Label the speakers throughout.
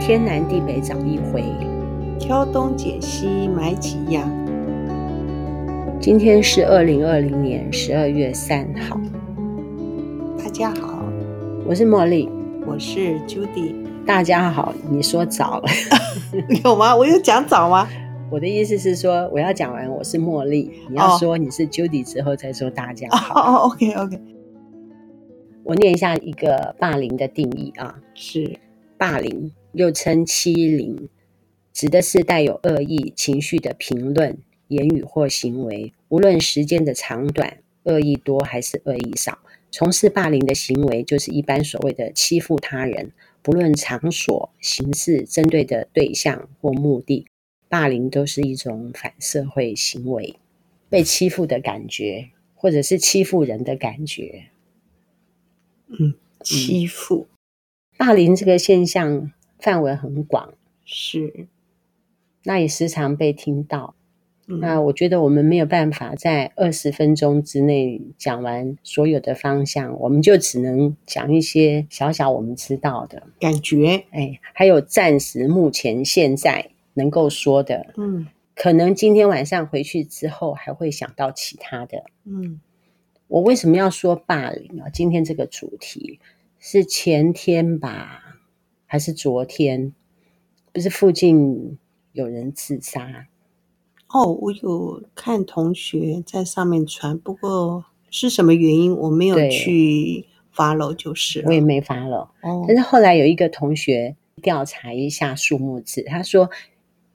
Speaker 1: 天南地北找一回。
Speaker 2: 挑东拣西买几样，
Speaker 1: 今天是二零二零年十二月三号，
Speaker 2: 大家好，
Speaker 1: 我是茉莉。
Speaker 2: 我是 Judy。
Speaker 1: 大家好，你说早了，
Speaker 2: 有吗？我有讲早吗？
Speaker 1: 我的意思是说，我要讲完我是茉莉，你要
Speaker 2: 哦
Speaker 1: 说你是 Judy 之后再说大家
Speaker 2: 哦
Speaker 1: 好。
Speaker 2: 哦，OK OK，
Speaker 1: 我念一下一个霸凌的定义啊，
Speaker 2: 是
Speaker 1: 霸凌又称欺凌，指的是带有恶意情绪的评论、言语或行为，无论时间的长短、恶意多还是恶意少，从事霸凌的行为就是一般所谓的欺负他人，不论场所、形式、针对的对象或目的，霸凌都是一种反社会行为，被欺负的感觉，或者是欺负人的感觉。
Speaker 2: 欺负，
Speaker 1: 霸凌这个现象范围很广。
Speaker 2: 是
Speaker 1: 那也时常被听到。那
Speaker 2: 嗯
Speaker 1: 我觉得我们没有办法在二十分钟之内讲完所有的方向，我们就只能讲一些小小我们知道的，
Speaker 2: 感觉，
Speaker 1: 哎，还有暂时目前现在能够说的，
Speaker 2: 嗯
Speaker 1: 可能今天晚上回去之后还会想到其他的。
Speaker 2: 嗯
Speaker 1: 我为什么要说霸凌啊？今天这个主题是前天吧，还是昨天？不是附近有人自杀？
Speaker 2: 哦，我有看同学在上面传，不过是什么原因我没有
Speaker 1: 对
Speaker 2: 去 follow 就是
Speaker 1: 我也
Speaker 2: 了。
Speaker 1: 没法了。
Speaker 2: 哦
Speaker 1: 但是后来有一个同学调查一下数目字，他说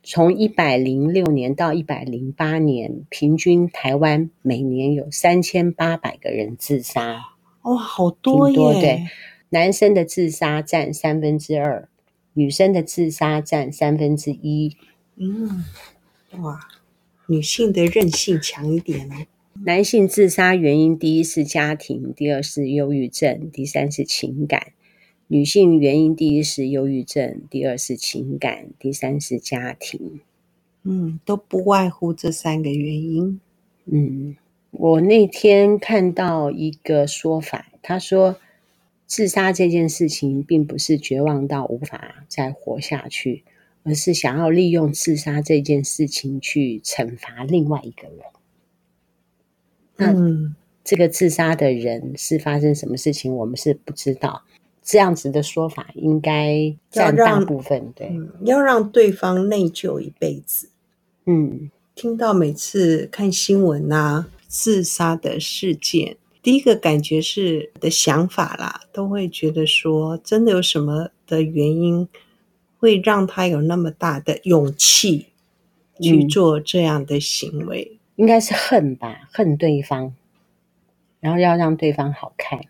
Speaker 1: 从一百零六年到一百零八年，平均台湾每年有三千八百个人自杀，
Speaker 2: 哇，哦好多
Speaker 1: 挺多
Speaker 2: 耶！
Speaker 1: 对男生的自杀占三分之二，女生的自杀占三分之一。
Speaker 2: 嗯，哇，女性的韧性强一点哦。
Speaker 1: 男性自杀原因，第一是家庭，第二是忧郁症，第三是情感；女性原因，第一是忧郁症，第二是情感，第三是家庭。
Speaker 2: 嗯，都不外乎这三个原因。
Speaker 1: 嗯，我那天看到一个说法，他说自杀这件事情并不是绝望到无法再活下去，而是想要利用自杀这件事情去惩罚另外一个人。那
Speaker 2: 嗯，
Speaker 1: 这个自杀的人是发生什么事情，我们是不知道。这样子的说法应该占大
Speaker 2: 让
Speaker 1: 部分，对，
Speaker 2: 嗯，要让对方内疚一辈子。
Speaker 1: 嗯，
Speaker 2: 听到每次看新闻呐、自杀的事件，第一个感觉是的想法啦，都会觉得说，真的有什么的原因会让他有那么大的勇气去
Speaker 1: 嗯
Speaker 2: 做这样的行为？嗯
Speaker 1: 应该是恨吧，恨对方，然后要让对方好看。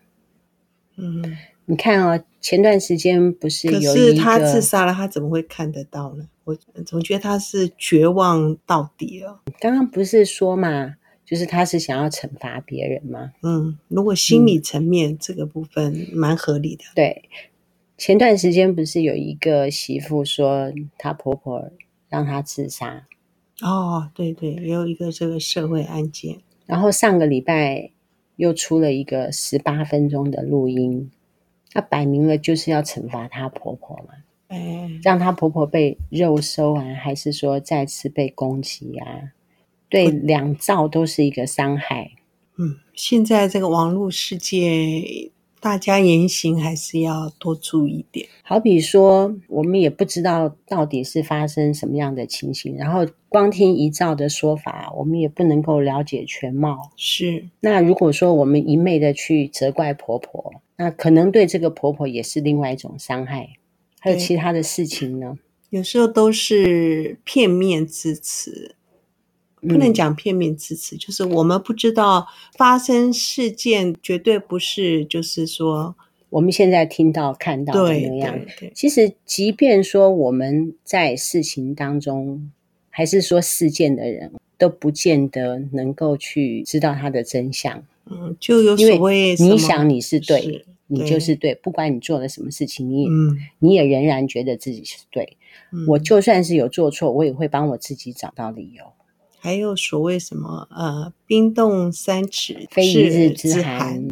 Speaker 2: 嗯，
Speaker 1: 你看啊、前段时间不是
Speaker 2: 可
Speaker 1: 有
Speaker 2: 是
Speaker 1: 一
Speaker 2: 他
Speaker 1: 个
Speaker 2: 自杀了，他怎么会看得到呢？我总觉得他是绝望到底了。
Speaker 1: 刚刚不是说嘛，就是他是想要惩罚别人嘛？
Speaker 2: 嗯，如果心理层面这个部分蛮合理的。
Speaker 1: 对，前段时间不是有一个媳妇说她婆婆让她自杀，
Speaker 2: 哦，对对，也有一个这个社会案件。
Speaker 1: 然后上个礼拜又出了一个十八分钟的录音，那摆明了就是要惩罚她婆婆嘛，
Speaker 2: 哎，
Speaker 1: 让她婆婆被肉搜啊，还是说再次被攻击啊？对，两造都是一个伤害。
Speaker 2: 嗯，现在这个网络世界，大家言行还是要多注意点。
Speaker 1: 好比说，我们也不知道到底是发生什么样的情形，然后光听遗照的说法，我们也不能够了解全貌。
Speaker 2: 是，
Speaker 1: 那如果说我们一昧的去责怪婆婆，那可能对这个婆婆也是另外一种伤害。还有
Speaker 2: 对
Speaker 1: 其他的事情呢？
Speaker 2: 有时候都是片面之词，不能
Speaker 1: 嗯
Speaker 2: 讲片面之词，就是我们不知道发生事件，绝对不是就是说
Speaker 1: 我们现在听到看到的
Speaker 2: 对
Speaker 1: 那样。
Speaker 2: 对对，
Speaker 1: 其实，即便说我们在事情当中，还是说事件的人，都不见得能够去知道它的真相。
Speaker 2: 嗯，就有
Speaker 1: 因
Speaker 2: 所
Speaker 1: 为
Speaker 2: 谓
Speaker 1: 你
Speaker 2: 什么
Speaker 1: 想你是对，
Speaker 2: 是
Speaker 1: 你
Speaker 2: 对
Speaker 1: 就是对，不管你做了什么事情，你也、
Speaker 2: 嗯，
Speaker 1: 你也仍然觉得自己是对。
Speaker 2: 嗯
Speaker 1: 我就算是有做错，我也会帮我自己找到理由。
Speaker 2: 还有所谓什么呃，冰冻三尺，
Speaker 1: 非一日
Speaker 2: 之
Speaker 1: 寒，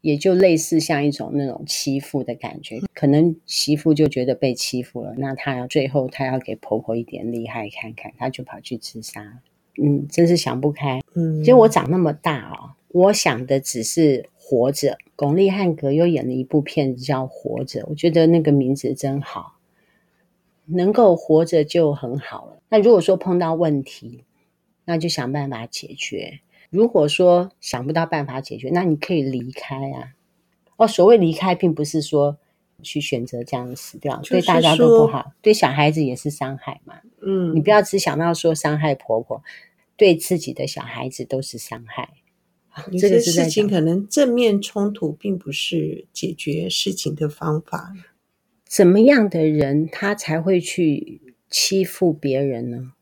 Speaker 1: 也就类似像一种那种欺负的感
Speaker 2: 嗯
Speaker 1: 觉，可能媳妇就觉得被欺负了，那她最后她要给婆婆一点厉害看看，她就跑去自杀。嗯，真是想不开。
Speaker 2: 嗯，
Speaker 1: 其实我长那么大哦，我想的只是活着。巩俐汉格又演了一部片子叫《活着》，我觉得那个名字真好，能够活着就很好了。那如果说碰到问题，那就想办法解决。如果说想不到办法解决，那你可以离开啊。哦，所谓离开，并不是说去选择这样死掉，
Speaker 2: 就是
Speaker 1: 对大家都不好，对小孩子也是伤害嘛。
Speaker 2: 嗯，
Speaker 1: 你不要只想到说伤害婆婆，对自己的小孩子都是伤害。啊
Speaker 2: 有
Speaker 1: 这
Speaker 2: 些
Speaker 1: 个是
Speaker 2: 事
Speaker 1: 在
Speaker 2: 情
Speaker 1: 讲
Speaker 2: 可能正面冲突并不是解决事情的方法。
Speaker 1: 怎么样的人他才会去欺负别人呢？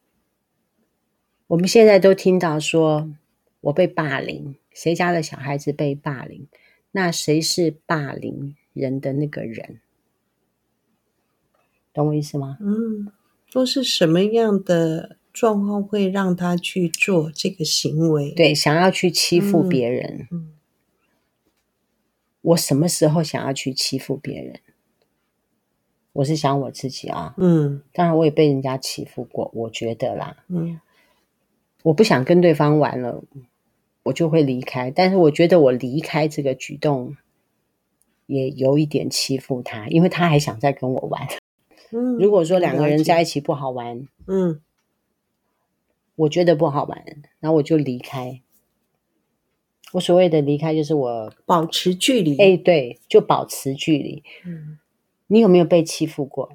Speaker 1: 我们现在都听到说我被霸凌，谁家的小孩子被霸凌，那谁是霸凌人的那个人？懂我意思吗？
Speaker 2: 嗯，都是什么样的状况会让他去做这个行为？，
Speaker 1: 对，想要去欺负
Speaker 2: 嗯
Speaker 1: 别人，
Speaker 2: 嗯
Speaker 1: 我什么时候想要去欺负别人？我是想我自己啊，
Speaker 2: 嗯
Speaker 1: 当然我也被人家欺负过，我觉得啦，
Speaker 2: 嗯
Speaker 1: 我不想跟对方玩了，我就会离开。但是我觉得我离开这个举动也有一点欺负他，因为他还想再跟我 玩。
Speaker 2: 嗯。
Speaker 1: 如果说两个
Speaker 2: 了
Speaker 1: 人
Speaker 2: 解
Speaker 1: 在一起不好玩，
Speaker 2: 嗯
Speaker 1: 我觉得不好玩，然后我就离开。我所谓的离开就是我，
Speaker 2: 保持距离，
Speaker 1: 哎，对，就保持距离。
Speaker 2: 嗯
Speaker 1: 你有没有被欺负过？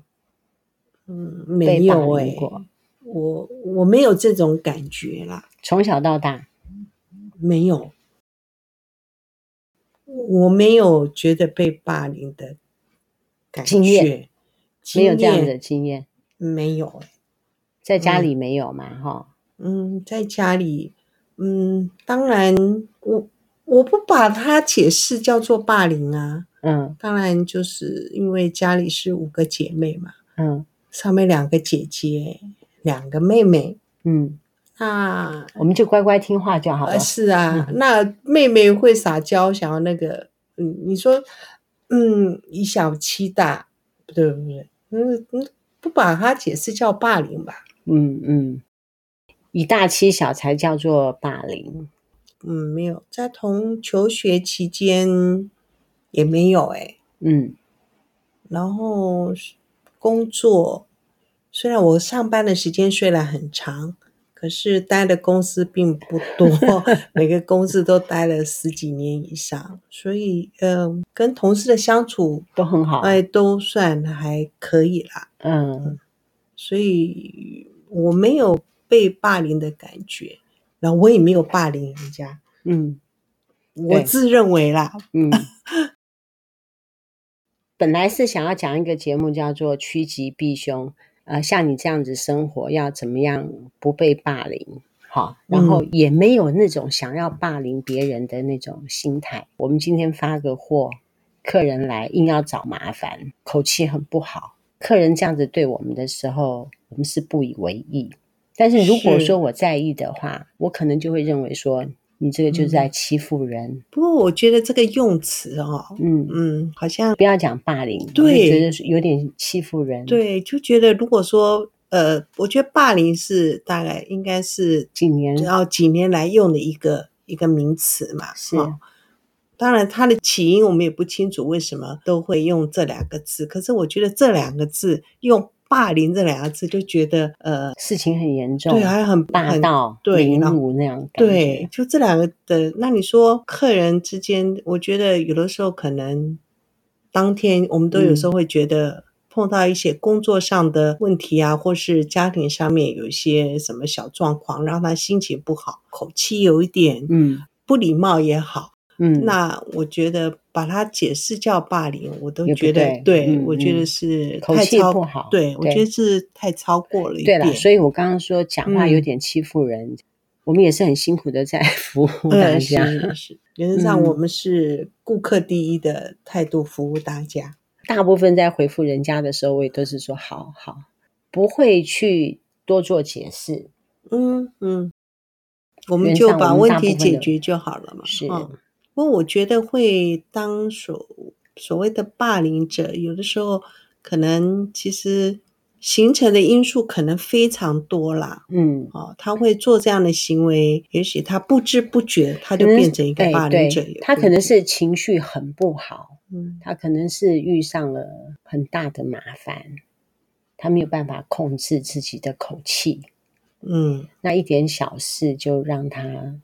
Speaker 2: 嗯，
Speaker 1: 被
Speaker 2: 没
Speaker 1: 霸
Speaker 2: 有哎、
Speaker 1: 凌过？
Speaker 2: 我我没有这种感觉啦，
Speaker 1: 从小到大，
Speaker 2: 没有，我没有觉得被霸凌的感觉，
Speaker 1: 经验
Speaker 2: 经
Speaker 1: 没有这样
Speaker 2: 验
Speaker 1: 的经验，
Speaker 2: 没有哎、
Speaker 1: 在家里没有嘛？哈、
Speaker 2: 嗯，在家里，嗯，当然我我不把它解释叫做霸凌啊，
Speaker 1: 嗯
Speaker 2: 当然就是因为家里是五个姐妹嘛，
Speaker 1: 嗯
Speaker 2: 上面两个姐姐，两个妹妹，
Speaker 1: 嗯，
Speaker 2: 那
Speaker 1: 我们就乖乖听话就好了
Speaker 2: 呃，。是啊，那妹妹会撒娇，想要那个，嗯，你说，嗯，以小欺大，不对不对，嗯嗯，不把它解释叫霸凌吧，
Speaker 1: 嗯，嗯，以大欺小才叫做霸凌。
Speaker 2: 嗯，没有，在同求学期间也没有哎、
Speaker 1: 嗯
Speaker 2: 然后工作，虽然我上班的时间虽然很长，可是待的公司并不多，每个公司都待了十几年以上，所以呃，跟同事的相处，
Speaker 1: 都很好。
Speaker 2: 哎，都算还可以啦。
Speaker 1: 嗯
Speaker 2: 所以我没有被霸凌的感觉，然后我也没有霸凌人家，
Speaker 1: 嗯
Speaker 2: 我
Speaker 1: 对
Speaker 2: 自认为啦，
Speaker 1: 嗯。 本来是想要讲一个节目叫做“趋吉避凶”，呃，像你这样子生活要怎么样不被霸凌，好，然后也没有那种想要霸凌别人的那种心态。我们今天发个货，客人来硬要找麻烦，口气很不好。客人这样子对我们的时候，我们是不以为意。但是如果
Speaker 2: 是
Speaker 1: 说我在意的话，我可能就会认为说你这个就是在欺负人，
Speaker 2: 不过我觉得这个用词哦，
Speaker 1: 嗯，
Speaker 2: 嗯，好像
Speaker 1: 不要讲霸凌，
Speaker 2: 对
Speaker 1: 我就觉得是有点欺负人，，
Speaker 2: 对，就觉得如果说呃，我觉得霸凌是大概应该是
Speaker 1: 几年，
Speaker 2: 然后几年来用的一个一个名词嘛，
Speaker 1: 是
Speaker 2: 哦当然，它的起因我们也不清楚为什么都会用这两个字。可是我觉得这两个字用“霸凌”这两个字，就觉得呃，
Speaker 1: 事情很严重，
Speaker 2: 对，还很
Speaker 1: 霸
Speaker 2: 很
Speaker 1: 道、
Speaker 2: 对
Speaker 1: 凌
Speaker 2: 然后
Speaker 1: 辱那样的感觉，
Speaker 2: 对，就这两个的。那你说客人之间，我觉得有的时候可能当天我们都有时候
Speaker 1: 嗯
Speaker 2: 会觉得碰到一些工作上的问题啊，或是家庭上面有一些什么小状况，让他心情不好，口气有一点
Speaker 1: 嗯
Speaker 2: 不礼貌也好。
Speaker 1: 嗯，
Speaker 2: 那我觉得把它解释叫霸凌，我都
Speaker 1: 也不
Speaker 2: 觉得
Speaker 1: 对嗯
Speaker 2: 我觉
Speaker 1: 嗯
Speaker 2: 得是
Speaker 1: 口
Speaker 2: 太
Speaker 1: 气
Speaker 2: 超
Speaker 1: 不好
Speaker 2: 对我
Speaker 1: 对
Speaker 2: 觉得是太超过了一
Speaker 1: 对
Speaker 2: 点。
Speaker 1: 了，所以我刚刚说讲话
Speaker 2: 嗯
Speaker 1: 有点欺负人，我们也是很辛苦的在服务大
Speaker 2: 嗯，
Speaker 1: 家。
Speaker 2: 是是是，原则上
Speaker 1: 嗯
Speaker 2: 我们是顾客第一的态度服务大家。
Speaker 1: 大部分在回复人家的时候，我也都是说好好，不会去多做解释。
Speaker 2: 嗯嗯，我
Speaker 1: 原
Speaker 2: 们
Speaker 1: 则
Speaker 2: 就
Speaker 1: 上
Speaker 2: 把
Speaker 1: 我们大
Speaker 2: 问
Speaker 1: 部
Speaker 2: 题
Speaker 1: 分的
Speaker 2: 解决就好了嘛。
Speaker 1: 是，
Speaker 2: 哦不过我觉得会当所所谓的霸凌者，有的时候可能其实形成的因素可能非常多啦。
Speaker 1: 嗯，
Speaker 2: 哦，他会做这样的行为，也许他不知不觉他就
Speaker 1: 可能
Speaker 2: 变成一个
Speaker 1: 对
Speaker 2: 霸凌者
Speaker 1: 对
Speaker 2: 也
Speaker 1: 他
Speaker 2: 不
Speaker 1: 可
Speaker 2: 一
Speaker 1: 能
Speaker 2: 定
Speaker 1: 是情绪很不好，
Speaker 2: 嗯
Speaker 1: 他可能是遇上了很大的麻烦，他没有办法控制自己的口气，
Speaker 2: 嗯
Speaker 1: 那一点小事就让他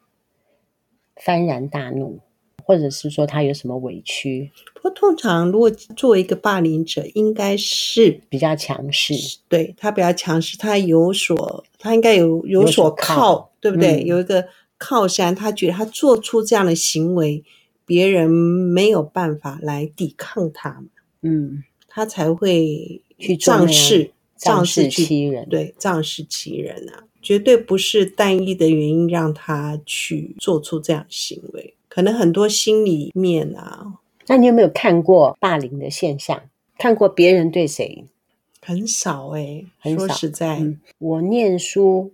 Speaker 1: 幡然大怒，或者是说他有什么委屈，
Speaker 2: 不过通常如果作为一个霸凌者，应该是
Speaker 1: 比较强势，
Speaker 2: 对他比较强势，他有所，他应该有
Speaker 1: 有
Speaker 2: 有
Speaker 1: 所
Speaker 2: 所
Speaker 1: 靠
Speaker 2: 靠，对不对？
Speaker 1: 嗯
Speaker 2: 有一个靠山，他觉得他做出这样的行为，别人没有办法来抵抗他嘛，
Speaker 1: 嗯，
Speaker 2: 他才会
Speaker 1: 去做那
Speaker 2: 仗
Speaker 1: 样
Speaker 2: 势
Speaker 1: 嗯仗势
Speaker 2: 去
Speaker 1: 欺人，，
Speaker 2: 对仗势欺人啊，绝对不是单一的原因让他去做出这样的行为，可能很多心里面啊
Speaker 1: 那你有没有看过霸凌的现象？看过别人对谁？
Speaker 2: 很少哎、
Speaker 1: 很
Speaker 2: 说
Speaker 1: 少
Speaker 2: 实在，
Speaker 1: 嗯，我念书，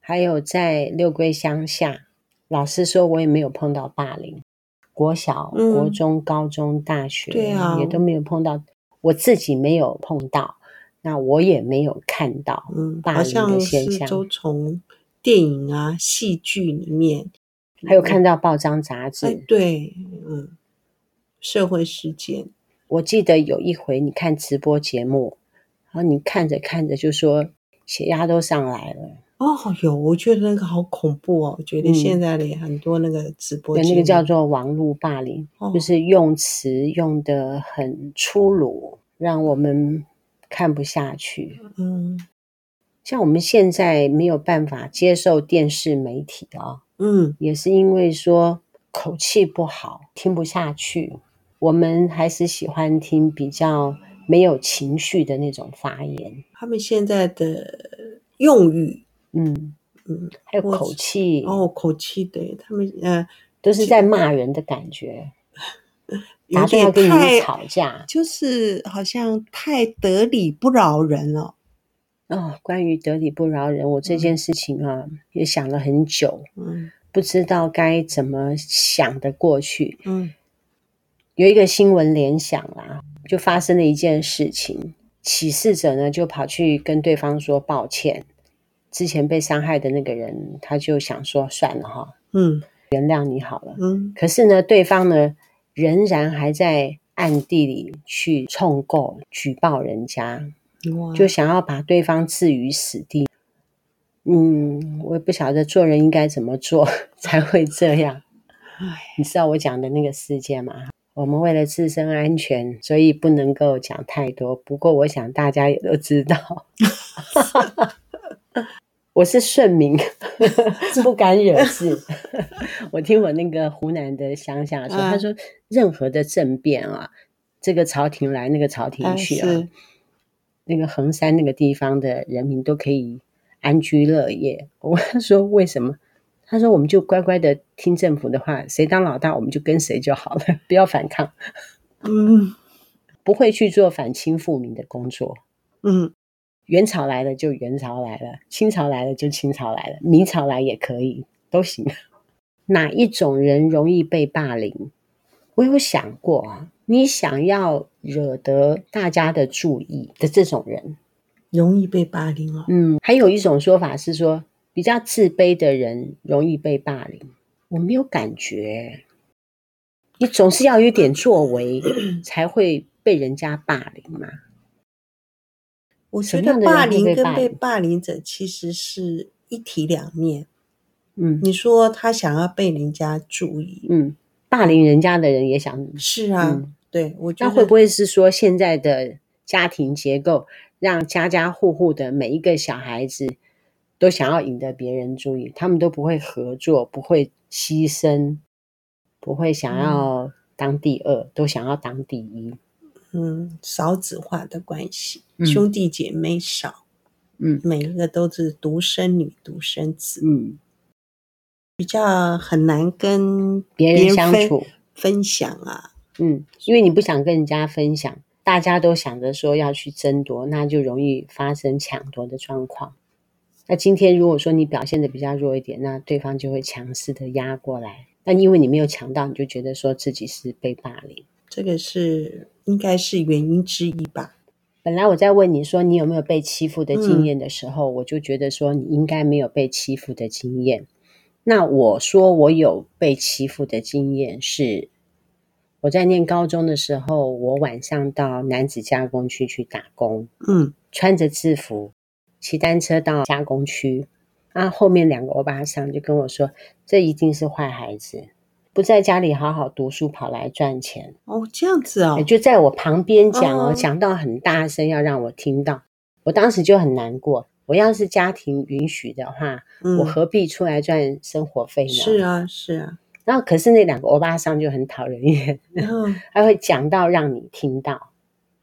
Speaker 1: 还有在六龟乡下，老实说，我也没有碰到霸凌。国小、
Speaker 2: 嗯
Speaker 1: 国中、高中、大学，
Speaker 2: 对啊
Speaker 1: 也都没有碰到，我自己没有碰到，那我也没有看到。
Speaker 2: 嗯，
Speaker 1: 霸
Speaker 2: 好
Speaker 1: 凌的
Speaker 2: 像
Speaker 1: 现
Speaker 2: 是
Speaker 1: 象
Speaker 2: 都从电影啊、戏剧里面，
Speaker 1: 还有看到报章杂志，
Speaker 2: 哎，对，嗯，社会事件，
Speaker 1: 我记得有一回你看直播节目，然后你看着看着就说血压都上来了，
Speaker 2: 哦，有，我觉得那个好恐怖哦，我觉得
Speaker 1: 嗯
Speaker 2: 现在的很多那个直播
Speaker 1: 对，
Speaker 2: 节目，
Speaker 1: 那个叫做网络霸凌，
Speaker 2: 哦
Speaker 1: 就是用词用的很粗鲁，让我们看不下去。
Speaker 2: 嗯
Speaker 1: 像我们现在没有办法接受电视媒体啊、
Speaker 2: 嗯
Speaker 1: 也是因为说口气不好，听不下去。我们还是喜欢听比较没有情绪的那种发言，
Speaker 2: 他们现在的用语，
Speaker 1: 嗯，
Speaker 2: 嗯，
Speaker 1: 还有
Speaker 2: 我
Speaker 1: 口气，
Speaker 2: 哦，口气，对他们，呃，
Speaker 1: 都是在骂人的感觉，
Speaker 2: 有
Speaker 1: 打电话
Speaker 2: 点
Speaker 1: 跟你
Speaker 2: 太，
Speaker 1: 吵架。
Speaker 2: 就是好像太得理不饶人了，
Speaker 1: 哦，关于得理不饶人，我这件事情啊，也想了很久，
Speaker 2: 嗯
Speaker 1: 不知道该怎么想得过去。
Speaker 2: 嗯
Speaker 1: 有一个新闻联想啦，就发生了一件事情，起事者呢就跑去跟对方说抱歉，之前被伤害的那个人，他就想说算了哈，
Speaker 2: 嗯
Speaker 1: 原谅你好了。
Speaker 2: 嗯，
Speaker 1: 可是呢，对方呢仍然还在暗地里去冲购、举报人家，
Speaker 2: 哇
Speaker 1: 就想要把对方置于死地。嗯，我也不晓得做人应该怎么做 才会这样。
Speaker 2: 唉
Speaker 1: 你知道我讲的那个事件吗？我们为了自身安全，所以不能够讲太多。不过我想大家也都知 道，我是顺 民，不敢惹事。 我听我那个湖南的乡下说，他
Speaker 2: 嗯
Speaker 1: 说任何的政变啊，这个朝廷来，那个朝
Speaker 2: 啊
Speaker 1: 廷去啊，
Speaker 2: 是
Speaker 1: 那个衡山那个地方的人民都可以安居乐业。我问他说为什么？他说我们就乖乖的听政府的话，谁当老大我们就跟谁就好了，不要反抗，
Speaker 2: 嗯
Speaker 1: 不会去做反清复明的工作。
Speaker 2: 嗯
Speaker 1: 元朝来了就元朝来了，清朝来了就清朝来了，明朝来也可以，都行。哪一种人容易被霸凌？我有想过啊，你想要惹得大家的注意的这种人，
Speaker 2: 容易被霸凌哦。
Speaker 1: 嗯，还有一种说法是说，比较自卑的人容易被霸凌。我没有感觉，你总是要有点作为才会被人家霸凌嘛。
Speaker 2: 我
Speaker 1: 什
Speaker 2: 觉
Speaker 1: 么
Speaker 2: 得
Speaker 1: 样的人会
Speaker 2: 霸
Speaker 1: 被
Speaker 2: 凌跟
Speaker 1: 霸
Speaker 2: 被
Speaker 1: 凌
Speaker 2: 霸凌者其实是一体两面。
Speaker 1: 嗯
Speaker 2: 你说他想要被人家注意，
Speaker 1: 嗯，霸凌人家的人也想，
Speaker 2: 是啊，
Speaker 1: 嗯
Speaker 2: 对我觉
Speaker 1: 那
Speaker 2: 得
Speaker 1: 会不会是说现在的家庭结构让家家户户的每一个小孩子都想要赢得别人注意，他们都不会合作，不会牺牲，不会想要当第二，都想要当第一。
Speaker 2: 嗯少子化的关系，
Speaker 1: 嗯
Speaker 2: 兄弟姐妹少，
Speaker 1: 嗯
Speaker 2: 每一个都是独生女、独生子，
Speaker 1: 嗯，
Speaker 2: 比较很难跟
Speaker 1: 别人相
Speaker 2: 分
Speaker 1: 处，
Speaker 2: 分享啊。
Speaker 1: 嗯，因为你不想跟人家分享，大家都想着说要去争夺，那就容易发生抢夺的状况。那今天如果说你表现的比较弱一点，那对方就会强势的压过来，但因为你没有强到，你就觉得说自己是被霸凌。
Speaker 2: 这个是应该是原因之一吧？
Speaker 1: 本来我在问你说你有没有被欺负的经验的时候，我就觉得说你应该没有被欺负的经验。那我说我有被欺负的经验是，我在念高中的时候，我晚上到男子加工区去打工，
Speaker 2: 嗯
Speaker 1: 穿着制服，骑单车到加工区。啊，后面两个欧巴桑就跟我说，这一定是坏孩子，不在家里好好读书，跑来赚钱。
Speaker 2: 哦，这样子哦
Speaker 1: 哎，就在我旁边讲哦，
Speaker 2: 哦
Speaker 1: 讲到很大声，要让我听到。我当时就很难过。我要是家庭允许的话，
Speaker 2: 嗯
Speaker 1: 我何必出来赚生活费呢？
Speaker 2: 是。啊是 啊，
Speaker 1: 然后，可是那两个欧巴桑就很讨人厌，
Speaker 2: 然后
Speaker 1: 他会讲到让你听到。
Speaker 2: 哦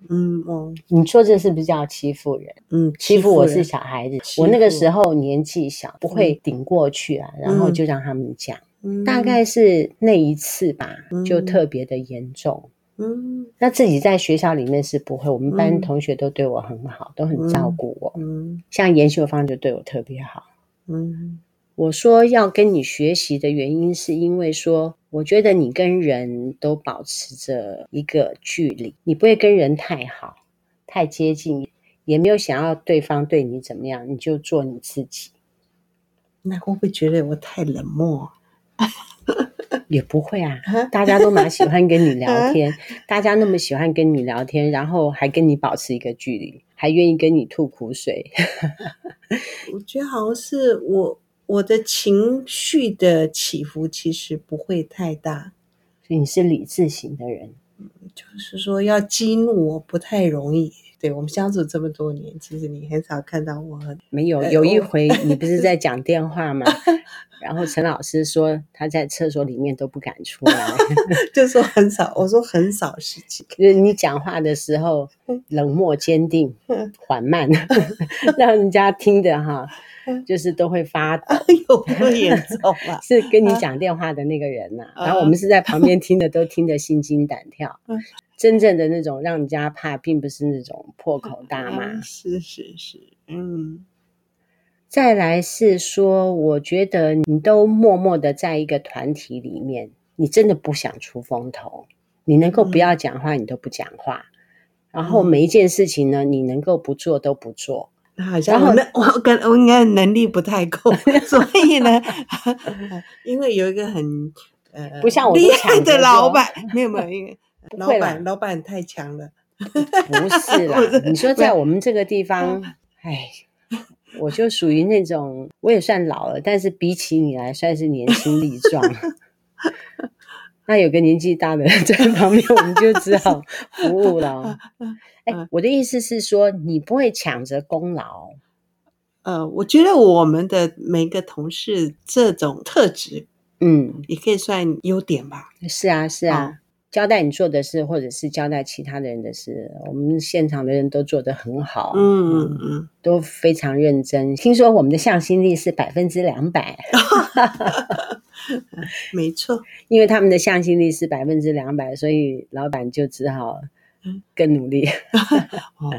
Speaker 2: 嗯哦
Speaker 1: 你说这是不是叫欺负人？
Speaker 2: 嗯，
Speaker 1: 欺负我是
Speaker 2: 人
Speaker 1: 小孩子，
Speaker 2: 欺
Speaker 1: 我那个
Speaker 2: 负
Speaker 1: 时候年纪小，不会顶过去啊，然后就让他们讲。
Speaker 2: 嗯
Speaker 1: 大概是那一次吧，就
Speaker 2: 嗯
Speaker 1: 特别的严重。
Speaker 2: 嗯
Speaker 1: 那自己在学校里面是不会，我们班
Speaker 2: 嗯
Speaker 1: 同学都对我很好，都很照顾我。
Speaker 2: 嗯
Speaker 1: 像严秀芳就对我特别好。
Speaker 2: 嗯
Speaker 1: 我说要跟你学习的原因，是因为说，我觉得你跟人都保持着一个距离，你不会跟人太好、太接近，也没有想要对方对你怎么样，你就做你自己，
Speaker 2: 那会不会觉得我太冷漠？
Speaker 1: 也不会啊。
Speaker 2: 啊
Speaker 1: 大家都蛮喜欢跟你聊天，大家那么喜欢跟你聊天，然后还跟你保持一个距离，还愿意跟你吐苦水，
Speaker 2: 我觉得好像是我我的情绪的起伏其实不会太大，
Speaker 1: 所以你是理智型的人，
Speaker 2: 就是说要激怒我不太容易。对我们相处这么多年，其实你很少看到我很
Speaker 1: 没有。
Speaker 2: 哎
Speaker 1: 有一
Speaker 2: 我
Speaker 1: 回你不是在讲电话吗？然后陈老师说他在厕所里面都不敢出 来，
Speaker 2: 就说很少，我说很少事情。
Speaker 1: 就是你讲话的时候冷漠、坚定、 缓慢，让人家听的哈， 就是都会发抖。
Speaker 2: 有那么严重 啊？
Speaker 1: 是跟你讲电话的那个人呐、
Speaker 2: 啊
Speaker 1: 然后我们是在旁边听的，都听得心惊胆跳
Speaker 2: 嗯。
Speaker 1: 真正的那种让人家怕，并不是那种破口大骂。
Speaker 2: 嗯是是是，嗯
Speaker 1: 再来是说，我觉得你都默默的在一个团体里面，你真的不想出风头，你能够不要讲话，你都不讲话。然后
Speaker 2: 嗯
Speaker 1: 每一件事情呢，你能够不做都不做，
Speaker 2: 那好像
Speaker 1: 然后
Speaker 2: 我那我跟我应该能力不 太够，所以呢， 因为有一个很呃
Speaker 1: 不像我
Speaker 2: 厉
Speaker 1: 都
Speaker 2: 害
Speaker 1: 抢着
Speaker 2: 的老
Speaker 1: 做
Speaker 2: 板，没有没有，因为老
Speaker 1: 会啦
Speaker 2: 板老板太强了，
Speaker 1: 不是
Speaker 2: 我是嗯
Speaker 1: 啦。你说
Speaker 2: 不是
Speaker 1: 在我们这个地方，哎，我就属于那种，我也算老了，但是比起你来，算是年轻力 壮。那有个年纪大的人在旁边，我们就只好服务了。
Speaker 2: 嗯
Speaker 1: 哎、我的意思是说，你不会抢着功劳，
Speaker 2: 呃，我觉得我们的每个同事这种特质
Speaker 1: 嗯，
Speaker 2: 也可以算优点吧。
Speaker 1: 是啊，是啊。
Speaker 2: 哦
Speaker 1: 交代你做的事，或者是交代其他的人的事，我们现场的人都做得很好，
Speaker 2: 嗯嗯嗯，
Speaker 1: 都非常认真。听说我们的向心力是百分之两百，
Speaker 2: 没错，
Speaker 1: 因为他们的向心力是百分之两百，所以老板就只好
Speaker 2: 嗯
Speaker 1: 更努力。
Speaker 2: 哦，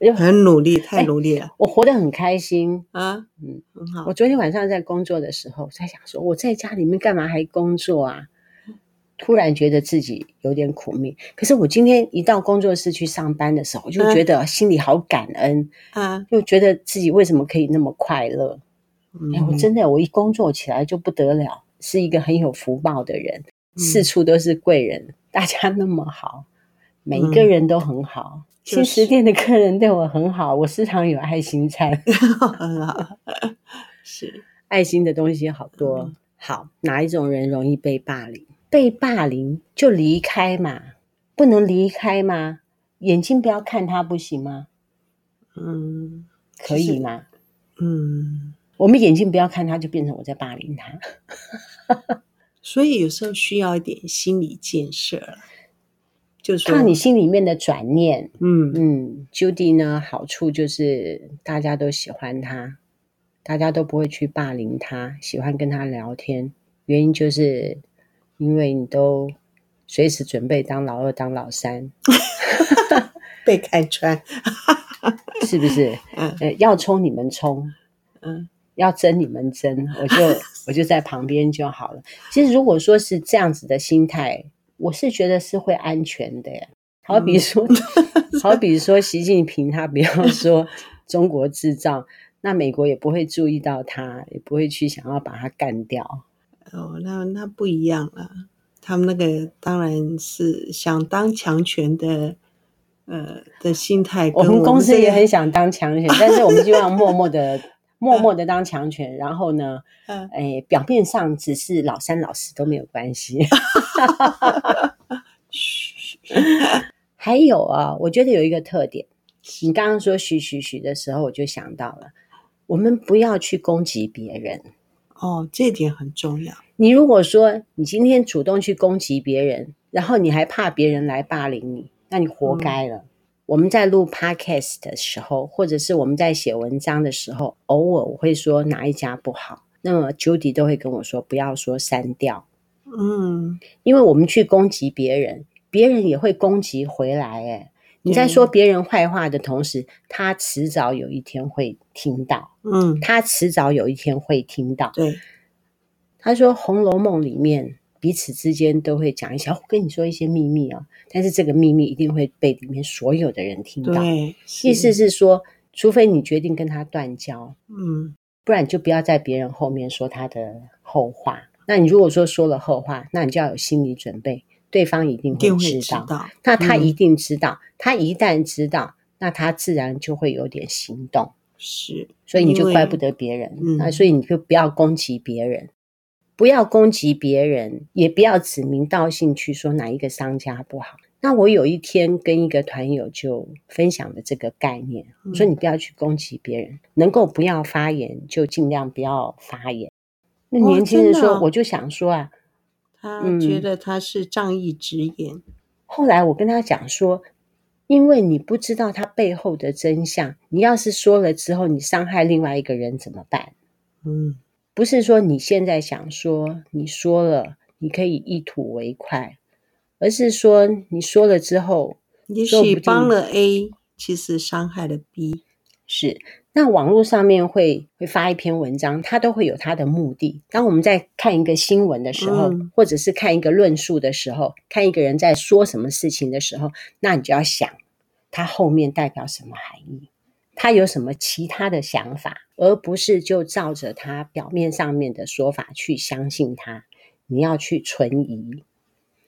Speaker 1: 就
Speaker 2: 很努力，太努力了、
Speaker 1: 我活得很开心。
Speaker 2: 啊，
Speaker 1: 哎嗯
Speaker 2: 嗯，很好
Speaker 1: 我，昨天晚上在工作的时候，我在想说，我在家里面干嘛还工作啊？突然觉得自己有点苦命。可是我今天一到工作室去上班的时候，我就觉得心里好感恩，
Speaker 2: 啊，
Speaker 1: 就觉得自己为什么可以那么快乐？哎，我
Speaker 2: 嗯
Speaker 1: 真的，我一工作起来就不得了，是一个很有福报的人，
Speaker 2: 嗯
Speaker 1: 四处都是贵人，大家那么好，每一个
Speaker 2: 嗯
Speaker 1: 人都很好。
Speaker 2: 就
Speaker 1: 新
Speaker 2: 是
Speaker 1: 食店的客人对我很好，我时常有爱心 餐，
Speaker 2: 嗯很好，是，
Speaker 1: 爱心的东西好多。
Speaker 2: 嗯
Speaker 1: 好，哪一种人容易被霸凌？被霸凌就离开嘛，不能离开吗？眼睛不要看他不行吗？
Speaker 2: 嗯
Speaker 1: 可
Speaker 2: 其实
Speaker 1: 以吗？
Speaker 2: 嗯，
Speaker 1: 我们眼睛不要看他，就变成我在霸凌他。
Speaker 2: 所以有时候需要一点心理建设了，就说
Speaker 1: 靠你心里面的转念，
Speaker 2: 嗯
Speaker 1: 嗯，Judy 呢，好处就是大家都喜欢他，大家都不会去霸凌他，喜欢跟他聊天。原因就是因为你都随时准备当老二、当老三，
Speaker 2: 被看穿，
Speaker 1: 是不是？
Speaker 2: 嗯
Speaker 1: 呃，要冲你们冲，
Speaker 2: 嗯
Speaker 1: 要争你们争，我 就我就在旁边就好了。其实如果说是这样子的心态，我是觉得是会安全的耶。好比说，
Speaker 2: 嗯
Speaker 1: 好比说习近平他不要说 中国制造，那美国也不会注意到他，也不会去想要把他干掉。
Speaker 2: 哦，那那不一样了。他们那个当然是想当强权的，呃的心态跟
Speaker 1: 我
Speaker 2: 我
Speaker 1: 们公司
Speaker 2: 这
Speaker 1: 也
Speaker 2: 个
Speaker 1: 很想当强权，但是我们就要默默的、 默默的当强权。然后呢，
Speaker 2: 嗯
Speaker 1: 哎，表面上只是老三、老四都没有关系。还有啊，我觉得有一个特点，你刚刚说“许许许”的时候，我就想到了，我们不要去攻击别人。
Speaker 2: 哦，这点很重要。
Speaker 1: 你如果说你今天主动去攻击别人，然后你还怕别人来霸凌你，那你活该了。我们在录 podcast 的时候，或者是我们在写文章的时候，偶尔我会说哪一家不好，那么 Judy 都会跟我说不要说删掉，
Speaker 2: 嗯，
Speaker 1: 因为我们去攻击别人，别人也会攻击回来。哎，你在
Speaker 2: 对
Speaker 1: 说别人坏话的同时，他迟早有一天会听到，
Speaker 2: 嗯，
Speaker 1: 他迟早有一天会听到。
Speaker 2: 对，
Speaker 1: 他说《红楼梦》里面彼此之间都会讲一些，哦我跟你说一些秘密啊，但是这个秘密一定会被里面所有的人听到。
Speaker 2: 对，
Speaker 1: 意思，是说，除非你决定跟他断交，
Speaker 2: 嗯，
Speaker 1: 不然你就不要在别人后面说他的后话。那你如果说说了后话，那你就要有心理准备，对方一定
Speaker 2: 一定
Speaker 1: 会
Speaker 2: 会
Speaker 1: 知
Speaker 2: 知
Speaker 1: 道。
Speaker 2: 道。
Speaker 1: 那他
Speaker 2: 嗯
Speaker 1: 一定知道，他一旦知道，那他自然就会有点行动，
Speaker 2: 是，
Speaker 1: 所以你就
Speaker 2: 因为
Speaker 1: 怪不得别人。啊
Speaker 2: 嗯
Speaker 1: 那所以你就不要攻击别人，不要攻击别人，也不要指名道姓去说哪一个商家不好。那我有一天跟一个团友就分享了这个概念，我说
Speaker 2: 嗯
Speaker 1: 你不要去攻击别人，能够不要发言就尽量不要发言。那
Speaker 2: 哦
Speaker 1: 年轻人
Speaker 2: 真的
Speaker 1: 说，
Speaker 2: 哦
Speaker 1: 我就想说啊，
Speaker 2: 他
Speaker 1: 嗯
Speaker 2: 觉得他是仗义直言。
Speaker 1: 后来我跟他讲说，因为你不知道他背后的真相，你要是说了之后，你伤害另外一个人怎么办？
Speaker 2: 嗯，
Speaker 1: 不是说你现在想说，你说了，你可以一吐为快，而是说你说了之后
Speaker 2: 也
Speaker 1: 说不
Speaker 2: 许
Speaker 1: 定
Speaker 2: 帮了 A，其实伤害了 B。
Speaker 1: 是。那网络上面会会发一篇文章，它都会有它的目的。当我们在看一个新闻的时候，
Speaker 2: 嗯
Speaker 1: 或者是看一个论述的时候，看一个人在说什么事情的时候，那你就要想他后面代表什么含义，他有什么其他的想法，而不是就照着他表面上面的说法去相信他。你要去存疑，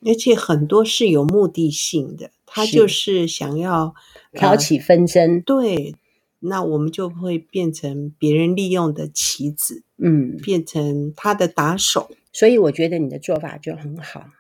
Speaker 2: 而且很多是有目的性的，他
Speaker 1: 是
Speaker 2: 就是想要
Speaker 1: 挑起纷争。
Speaker 2: 对，那我们就会变成别人利用的棋子，
Speaker 1: 嗯，
Speaker 2: 变成他的打手。
Speaker 1: 所以我觉得你的做法就很好，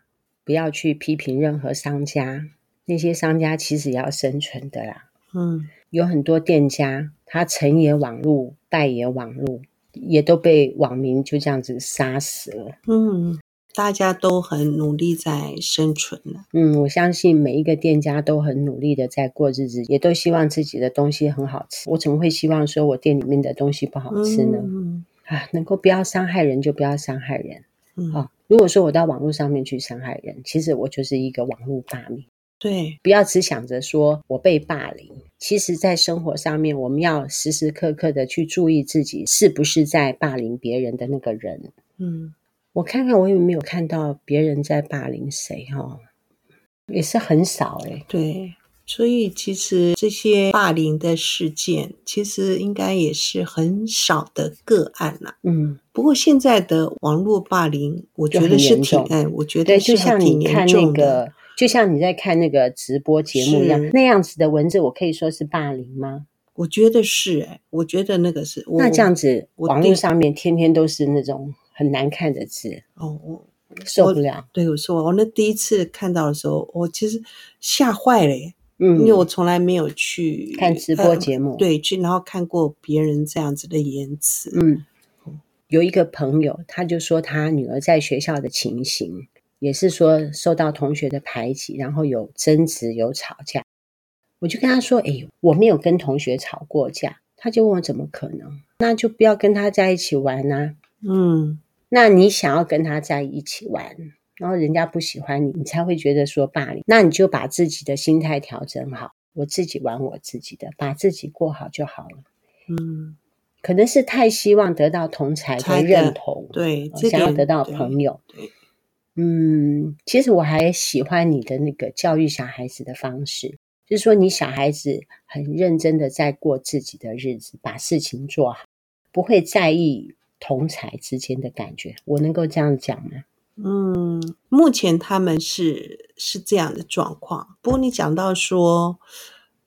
Speaker 1: 不要去批评任何商家，那些商家其实也要生存的啦。
Speaker 2: 嗯，
Speaker 1: 有很多店家，他成也网络，败也网络，也都被网民就这样子杀死了。
Speaker 2: 嗯，大家都很努力在生存了。
Speaker 1: 嗯，我相信每一个店家都很努力的在过日子，也都希望自己的东西很好吃。我怎么会希望说我店里面的东西不好吃呢？
Speaker 2: 嗯
Speaker 1: 啊，能够不要伤害人就不要伤害人
Speaker 2: 嗯，
Speaker 1: 啊、如果说我到网络上面去伤害人，其实我就是一个网络霸凌。
Speaker 2: 对，
Speaker 1: 不要只想着说我被霸凌，其实，在生活上面，我们要时时刻刻的去注意自己是不是在霸凌别人的那个人。
Speaker 2: 嗯，
Speaker 1: 我看看我有没有看到别人在霸凌谁哈、哦，也是很少诶、
Speaker 2: 对。所以其实这些霸凌的事件，其实应该也是很少的个案啦、
Speaker 1: 嗯，
Speaker 2: 不过现在的网络霸凌，我
Speaker 1: 就
Speaker 2: 觉
Speaker 1: 很
Speaker 2: 得是
Speaker 1: 严
Speaker 2: 挺
Speaker 1: 重
Speaker 2: 哎，我觉
Speaker 1: 对，
Speaker 2: 得
Speaker 1: 就是
Speaker 2: 还
Speaker 1: 像
Speaker 2: 挺
Speaker 1: 你看
Speaker 2: 严
Speaker 1: 那
Speaker 2: 重的。
Speaker 1: 个，就像你在看那个直播节目一样
Speaker 2: 是，
Speaker 1: 那样子的文字，我可以说是霸凌吗？
Speaker 2: 我觉得是哎，我觉得那个是我
Speaker 1: 那这样子，
Speaker 2: 我
Speaker 1: 网络
Speaker 2: 定
Speaker 1: 上面天天都是那种很难看的字，
Speaker 2: 哦，我
Speaker 1: 受不了。
Speaker 2: 对我说，我那第一次看到的时候，我其实吓坏了耶，
Speaker 1: 嗯，
Speaker 2: 因为我从来没有去
Speaker 1: 看直播
Speaker 2: 目，
Speaker 1: 节目，
Speaker 2: 呃对，去然后看过别人这样子的言辞，
Speaker 1: 嗯，有一个朋友，他就说他女儿在学校的情形，也是说受到同学的排挤，然后有争执，有吵架。我就跟他说：“哎，我没有跟同学吵过架。”他就问我：“怎么可能？那就不要跟他在一起玩啊！
Speaker 2: 嗯
Speaker 1: 那你想要跟他在一起玩，然后人家不喜欢你，你才会觉得说霸凌。那你就把自己的心态调整好，我自己玩我自己的，把自己过好就好了。”
Speaker 2: 嗯，
Speaker 1: 可能是太希望得到同才的
Speaker 2: 才的
Speaker 1: 认同，
Speaker 2: 对，
Speaker 1: 呃
Speaker 2: 这
Speaker 1: 想要
Speaker 2: 点
Speaker 1: 得到
Speaker 2: 对
Speaker 1: 朋友
Speaker 2: 对。
Speaker 1: 嗯，其实我还喜欢你的那个教育小孩子的方式，就是说你小孩子很认真的在过自己的日子，把事情做好，不会在意同才之间的感觉。我能够这样讲吗？
Speaker 2: 嗯，目前他们是是这样的状况。不过你讲到说，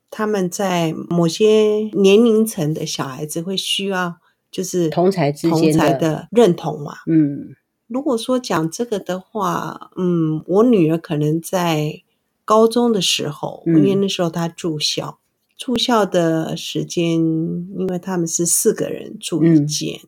Speaker 2: 他们在某些年龄层的小孩子会需要，就是
Speaker 1: 同才之
Speaker 2: 同
Speaker 1: 间
Speaker 2: 才
Speaker 1: 的
Speaker 2: 的认同嘛。
Speaker 1: 嗯，
Speaker 2: 如果说讲这个的话，嗯，我女儿可能在高中的时候，
Speaker 1: 嗯
Speaker 2: 因为那时候她住校，住校的时间，因为他们是四个人住一
Speaker 1: 嗯
Speaker 2: 间，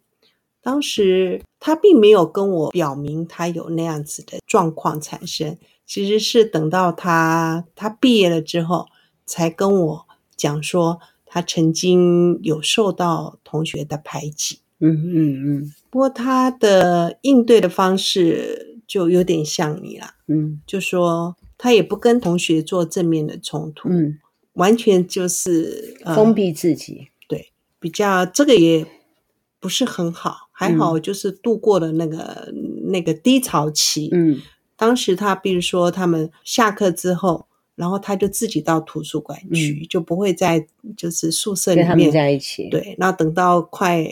Speaker 2: 当时她并没有跟我表明她有那样子的状况产生，其实是等到她她毕业了之后，才跟我讲说她曾经有受到同学的排挤。
Speaker 1: 嗯嗯
Speaker 2: 不过他的应对的方式就有点像你啦，
Speaker 1: 嗯
Speaker 2: 就说他也不跟同学做正面的冲突，
Speaker 1: 嗯
Speaker 2: 完全就是、
Speaker 1: 嗯，
Speaker 2: 呃
Speaker 1: 封闭自己，
Speaker 2: 比较这个也不是很好，还
Speaker 1: 嗯
Speaker 2: 好就是度过了那个、那个低潮期。，
Speaker 1: 嗯
Speaker 2: 当时他比如说他们下课之后，然后他就自己到图书馆去，就不会在就是宿舍里
Speaker 1: 嗯跟
Speaker 2: 面
Speaker 1: 他们在一起，，
Speaker 2: 对，那等到快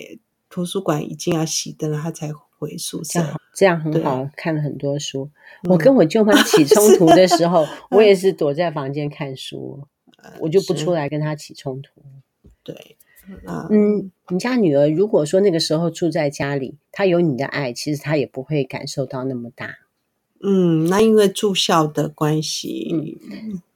Speaker 2: 图书馆已经要熄灯了，他才回宿
Speaker 1: 这
Speaker 2: 舍。
Speaker 1: 样这样很
Speaker 2: 对
Speaker 1: 好，看了很多书。
Speaker 2: 嗯
Speaker 1: 我跟我舅妈起冲突的时 候，我也是躲在房间看书，我就不
Speaker 2: 呃是
Speaker 1: 出来跟她起冲突。
Speaker 2: 对，那
Speaker 1: 嗯，你家女儿如果说那个时候住在家里，她有你的爱，其实她也不会感受到那么大。
Speaker 2: 嗯，那因为住校的关
Speaker 1: 嗯
Speaker 2: 系，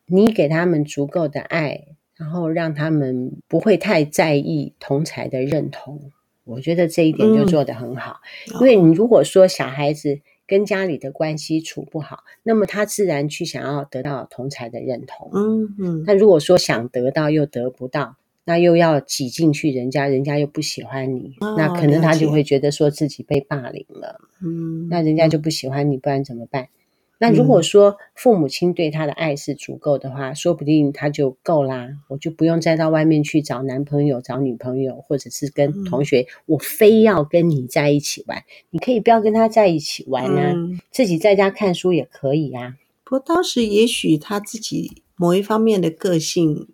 Speaker 1: 你给他们足够的爱，然后让他们不会太在意同才的认同，我觉得这一点就
Speaker 2: 嗯
Speaker 1: 做得很好。因
Speaker 2: 哦
Speaker 1: 为你如果说小孩子跟家里的关系处不好，那么他自然去想要得到同才的认同。
Speaker 2: 嗯嗯
Speaker 1: 那如果说想得到又得不到，那又要挤进去人家，人家又不喜欢你，
Speaker 2: 哦
Speaker 1: 那可能
Speaker 2: 了
Speaker 1: 他就
Speaker 2: 解
Speaker 1: 会觉得说自己被霸凌了。
Speaker 2: 嗯，
Speaker 1: 那人家
Speaker 2: 嗯
Speaker 1: 就不喜欢你，不然怎么办？那如果说父母亲对他的爱是足够的话，说不定他就够啦，我就不用再到外面去找男朋友、找女朋友，或者是跟
Speaker 2: 嗯
Speaker 1: 同学，我非要跟你在一起玩，你可以不要跟他在一起玩啊，
Speaker 2: 嗯
Speaker 1: 自己在家看书也可以啊。
Speaker 2: 不过当时也许他自己某一方面的个性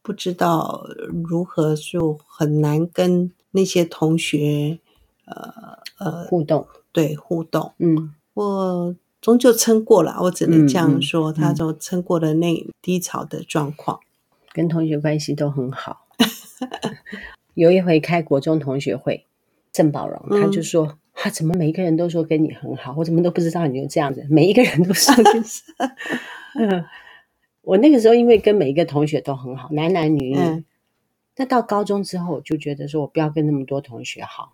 Speaker 2: 不知道如何，就很难跟那些同学
Speaker 1: 互动，
Speaker 2: 对互动。
Speaker 1: 嗯
Speaker 2: 我终究撑过了，我只能
Speaker 1: 嗯
Speaker 2: 这样
Speaker 1: 嗯
Speaker 2: 说，他
Speaker 1: 嗯
Speaker 2: 就撑过了那低潮的状况。
Speaker 1: 跟同学关系都很好。 有一回开国中同学会，郑宝荣他就
Speaker 2: 嗯
Speaker 1: 说：“啊，怎么每一个人都说跟你很好，我怎么都不知道你有这样子，每一个人都说跟 你。嗯”我那个时候因为跟每一个同学都很好，男男女女。
Speaker 2: 嗯
Speaker 1: 那到高中之后，我就觉得说我不要跟那么多同学好，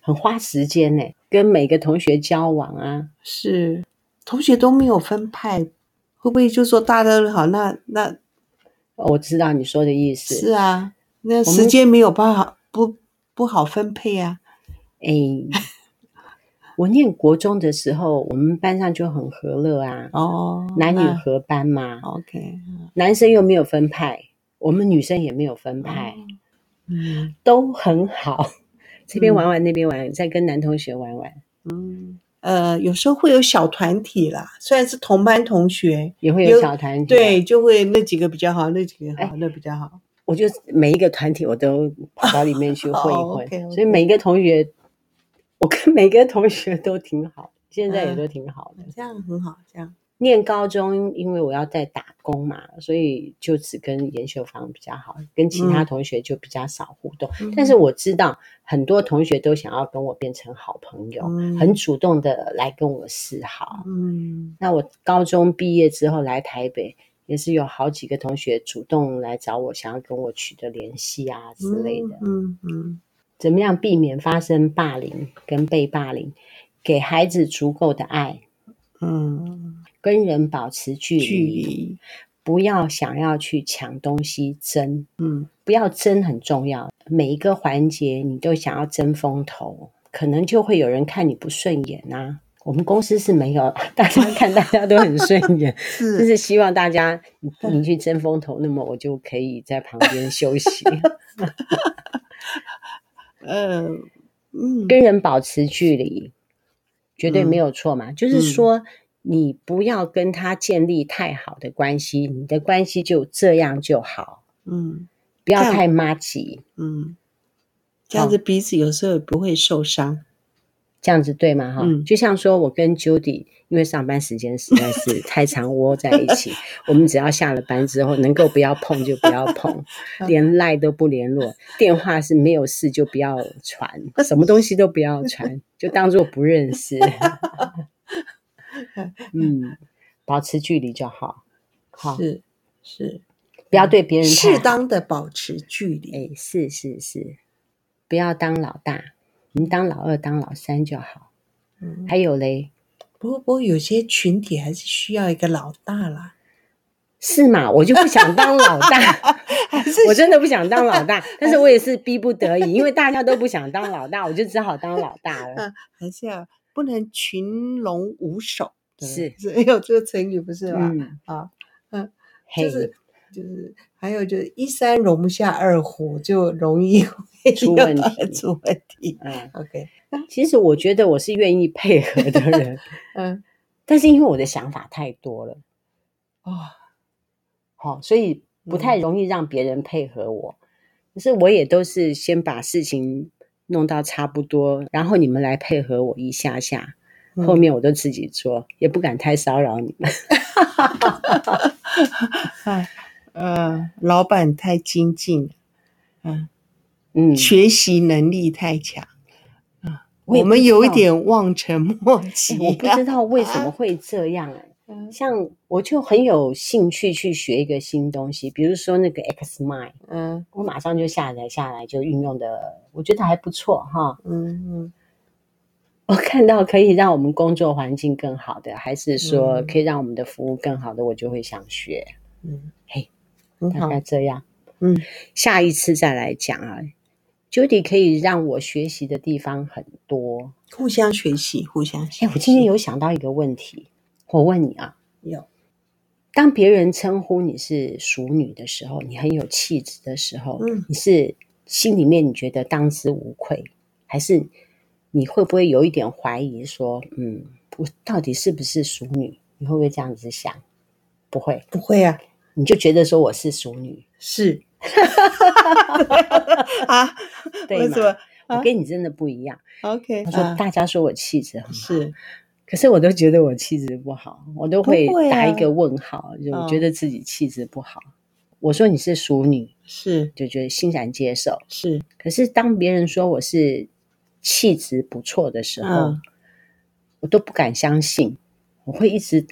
Speaker 1: 很花时间呢、跟每个同学交往啊。
Speaker 2: 是同学都没有分派，会不会就说大家都好？那那
Speaker 1: 哦我知道你说的意思，
Speaker 2: 是啊，那
Speaker 1: 们
Speaker 2: 时间没有办法不不好分配啊。
Speaker 1: 哎，我念国中的时候，我们班上就很和乐啊，
Speaker 2: 哦，
Speaker 1: 男女
Speaker 2: 那哦
Speaker 1: 合班嘛，
Speaker 2: OK，
Speaker 1: 男生又没有分派，我们女生也没有分
Speaker 2: 哦
Speaker 1: 派，
Speaker 2: 哎嗯
Speaker 1: 都很 好。这边
Speaker 2: 嗯
Speaker 1: 玩玩，那边玩，再跟男同学玩玩，
Speaker 2: 嗯，呃，有时候会有小团体啦，虽然是同班同学，
Speaker 1: 也会有
Speaker 2: 有
Speaker 1: 小团体。啊
Speaker 2: 对，，哎就会那几个比较好，那几个好，那比较好。
Speaker 1: 我就每一个团体我都跑到里面去混一
Speaker 2: 哦
Speaker 1: 混，
Speaker 2: ，OK，OK
Speaker 1: 所以每一个同学，我跟每个同学都挺好，现在也
Speaker 2: 嗯
Speaker 1: 都挺好的。
Speaker 2: 这样很好，这样
Speaker 1: 念高中，因为我要在打工嘛，所以就只跟研修房比较好，跟其他
Speaker 2: 嗯
Speaker 1: 同学就比较少互动。
Speaker 2: 嗯
Speaker 1: 但是我知道很多同学都想要跟我变成好朋友，
Speaker 2: 嗯
Speaker 1: 很主动的来跟我示好。
Speaker 2: 嗯
Speaker 1: 那我高中毕业之后来台北，也是有好几个同学主动来找我，想要跟我取得联系啊之类的。
Speaker 2: 嗯嗯
Speaker 1: 怎么样避免发生霸凌跟被霸凌？给孩子足够的爱，
Speaker 2: 嗯，
Speaker 1: 跟人保持距离，
Speaker 2: 距离，
Speaker 1: 不要想要去抢东西争，
Speaker 2: 嗯
Speaker 1: 不要争很重要。每一个环节你都想要争风头，可能就会有人看你不顺眼啊。我们公司是没有， 大家看大家都很顺眼，
Speaker 2: 是
Speaker 1: 就是希望大家你你去争风头，那么我就可以在旁边休息。
Speaker 2: 呃， 嗯，
Speaker 1: 跟人保持距离，绝对没有错嘛。
Speaker 2: 嗯
Speaker 1: 就是说，你不要跟他建立太好的关系，你的关系就这样就好，
Speaker 2: 嗯
Speaker 1: 不要
Speaker 2: 这样
Speaker 1: 太妈吉，
Speaker 2: 嗯，这样子彼此有时候也不会受伤。
Speaker 1: 这样子对吗？哈、
Speaker 2: 嗯
Speaker 1: 就像说我跟 Judy，因为上班时间实在 是太长窝在一起，我们只要下了班之后，能够不要碰就不要 碰，连赖都不联络，电话是没有事就不要传， 什么东西都不要传，就当做不认识。嗯，保持距离就好，好，
Speaker 2: 是是，
Speaker 1: 不要对别人太
Speaker 2: 适
Speaker 1: 好
Speaker 2: 当的保持距
Speaker 1: 哎，
Speaker 2: 离。
Speaker 1: 是是是，不要当老大，你当老二、当老三就好。
Speaker 2: 嗯，
Speaker 1: 还有嘞，
Speaker 2: 不过不过有些群体还是需要一个老大 啦，
Speaker 1: 是嘛？我就不想当老 大，
Speaker 2: 还是
Speaker 1: 我真的不想当老大，但是我也是逼不得已，因为大家都不想当老大，我就只好当老大了。
Speaker 2: 还是要不能群龙无首。对不对
Speaker 1: 是，
Speaker 2: 是有这个成语不是吗？
Speaker 1: 嗯
Speaker 2: 啊，
Speaker 1: 嘿
Speaker 2: 就，是就是，还有就是一山容不下二虎，就容易 会
Speaker 1: 出
Speaker 2: 有
Speaker 1: 问
Speaker 2: 大
Speaker 1: 题
Speaker 2: 出问题。
Speaker 1: 嗯，
Speaker 2: OK，
Speaker 1: 其实我觉得我是愿意配合的 人，
Speaker 2: 嗯，
Speaker 1: 但是因为我的想法太多了，
Speaker 2: 哦，
Speaker 1: 好、所以不
Speaker 2: 嗯
Speaker 1: 太容易让别人配合我。可是我也都是先把事情弄到差不多，然后你们来配合我一下下，
Speaker 2: 嗯
Speaker 1: 后面我都自己做，也不敢太骚扰你们。
Speaker 2: 哎，呃，老板太精进了，
Speaker 1: 嗯，
Speaker 2: 学习能力太强啊，
Speaker 1: 我也
Speaker 2: 我
Speaker 1: 不
Speaker 2: 们
Speaker 1: 知
Speaker 2: 有一
Speaker 1: 道
Speaker 2: 点望尘莫及
Speaker 1: 哎 我不
Speaker 2: 啊。
Speaker 1: 知道为 什么会这样、哎
Speaker 2: 嗯
Speaker 1: 像我就很有兴趣去学一个新东西，比如说那个 XMind，
Speaker 2: 嗯
Speaker 1: 我马上就下载下来，就运用的，我觉得还不错哈。
Speaker 2: 嗯
Speaker 1: 我看到可以让我们工作环境更好的，还是说
Speaker 2: 嗯
Speaker 1: 可以让我们的服务更好的，我就会想学，
Speaker 2: 嗯，
Speaker 1: 嘿，
Speaker 2: 很
Speaker 1: 大
Speaker 2: 好
Speaker 1: 概，这样。
Speaker 2: 嗯，
Speaker 1: 下一次再来讲啊。Judy 可以让我学习的地方很多。
Speaker 2: 互相学习，互相学习。
Speaker 1: 哎，我今天有想到一个问题，我问你啊，
Speaker 2: 有，
Speaker 1: 当别人称呼你是淑女的时候，你很有气质的时候，
Speaker 2: 嗯
Speaker 1: 你是心里面你觉得当之无愧，还是你会不会有一点怀疑说，嗯，我到底是不是淑女？你会不会这样子想？不会，
Speaker 2: 不会啊，
Speaker 1: 你就觉得说我是淑 女，
Speaker 2: 是啊，
Speaker 1: 对
Speaker 2: 为
Speaker 1: 吗
Speaker 2: 什么啊
Speaker 1: 我跟你真的不一样。
Speaker 2: ？OK，
Speaker 1: 他说
Speaker 2: 啊
Speaker 1: 大家说我气质很好，
Speaker 2: 是
Speaker 1: 可是我都觉得我气质不好，我都会
Speaker 2: 不会啊
Speaker 1: 打一个问号，就我
Speaker 2: 嗯
Speaker 1: 觉得自己气质不好。我说你是淑女，
Speaker 2: 是
Speaker 1: 就觉得欣然接受。
Speaker 2: 是，
Speaker 1: 可是当别人说我是气质不错的时候，
Speaker 2: 嗯
Speaker 1: 我都不敢相信，我会一直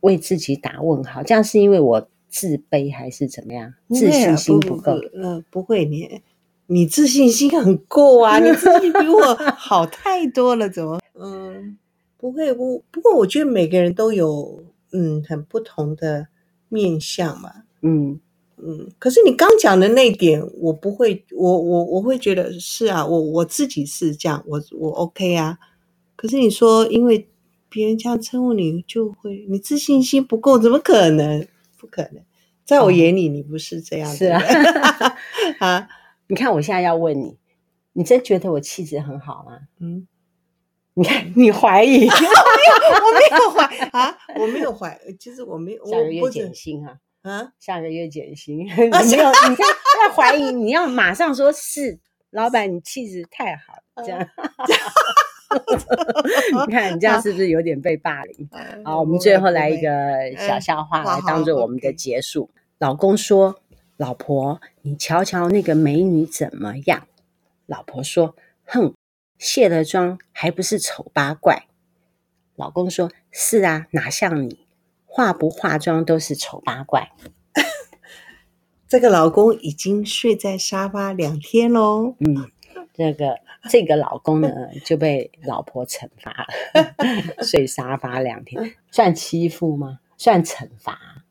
Speaker 1: 为自己打问号。这样是因为我自卑还是怎么样？自信心
Speaker 2: 啊不
Speaker 1: 不够。
Speaker 2: 呃，不会你。你自信心很够啊，你自己比我 好太多了，怎么？嗯，不会，我不过我觉得每个人都有嗯很不同的面相嘛，
Speaker 1: 嗯，
Speaker 2: 嗯，可是你刚讲的那一点，我不会，我我我会觉得是啊，我我自己是这样，我我 OK 啊。可是你说，因为别人这样称呼你，就会你自信心不够，怎么可能？不可能，在我眼里，你不是这样的
Speaker 1: 哦是啊
Speaker 2: 人 啊，
Speaker 1: 你看我现在要问你，你真觉得我气质很好吗？
Speaker 2: 嗯，
Speaker 1: 你看， 你怀疑，
Speaker 2: 我没有怀啊，我没有怀，其实我没，我
Speaker 1: 下个月
Speaker 2: 不啊
Speaker 1: 减
Speaker 2: 是
Speaker 1: 薪啊，
Speaker 2: 啊，
Speaker 1: 下个月减薪，你没有，你看 在怀疑，你要马上说是。老板，你气质太好
Speaker 2: 呃
Speaker 1: 了，这样， 你看你这样是不是有点被霸凌？
Speaker 2: 啊
Speaker 1: 好，我们最后来一个小笑话来当做我们的结束。老公说：“老婆，你瞧瞧那个美女怎么样？”老婆说：“哼，卸了妆还不是丑八怪。”老公说：“是啊，哪像你，化不化妆都是丑八怪。
Speaker 2: 这个老公已经睡在沙发两天喽。”
Speaker 1: 嗯，这个这个老公呢 就被老婆惩罚 了，睡沙发两天，算欺负吗？算惩罚？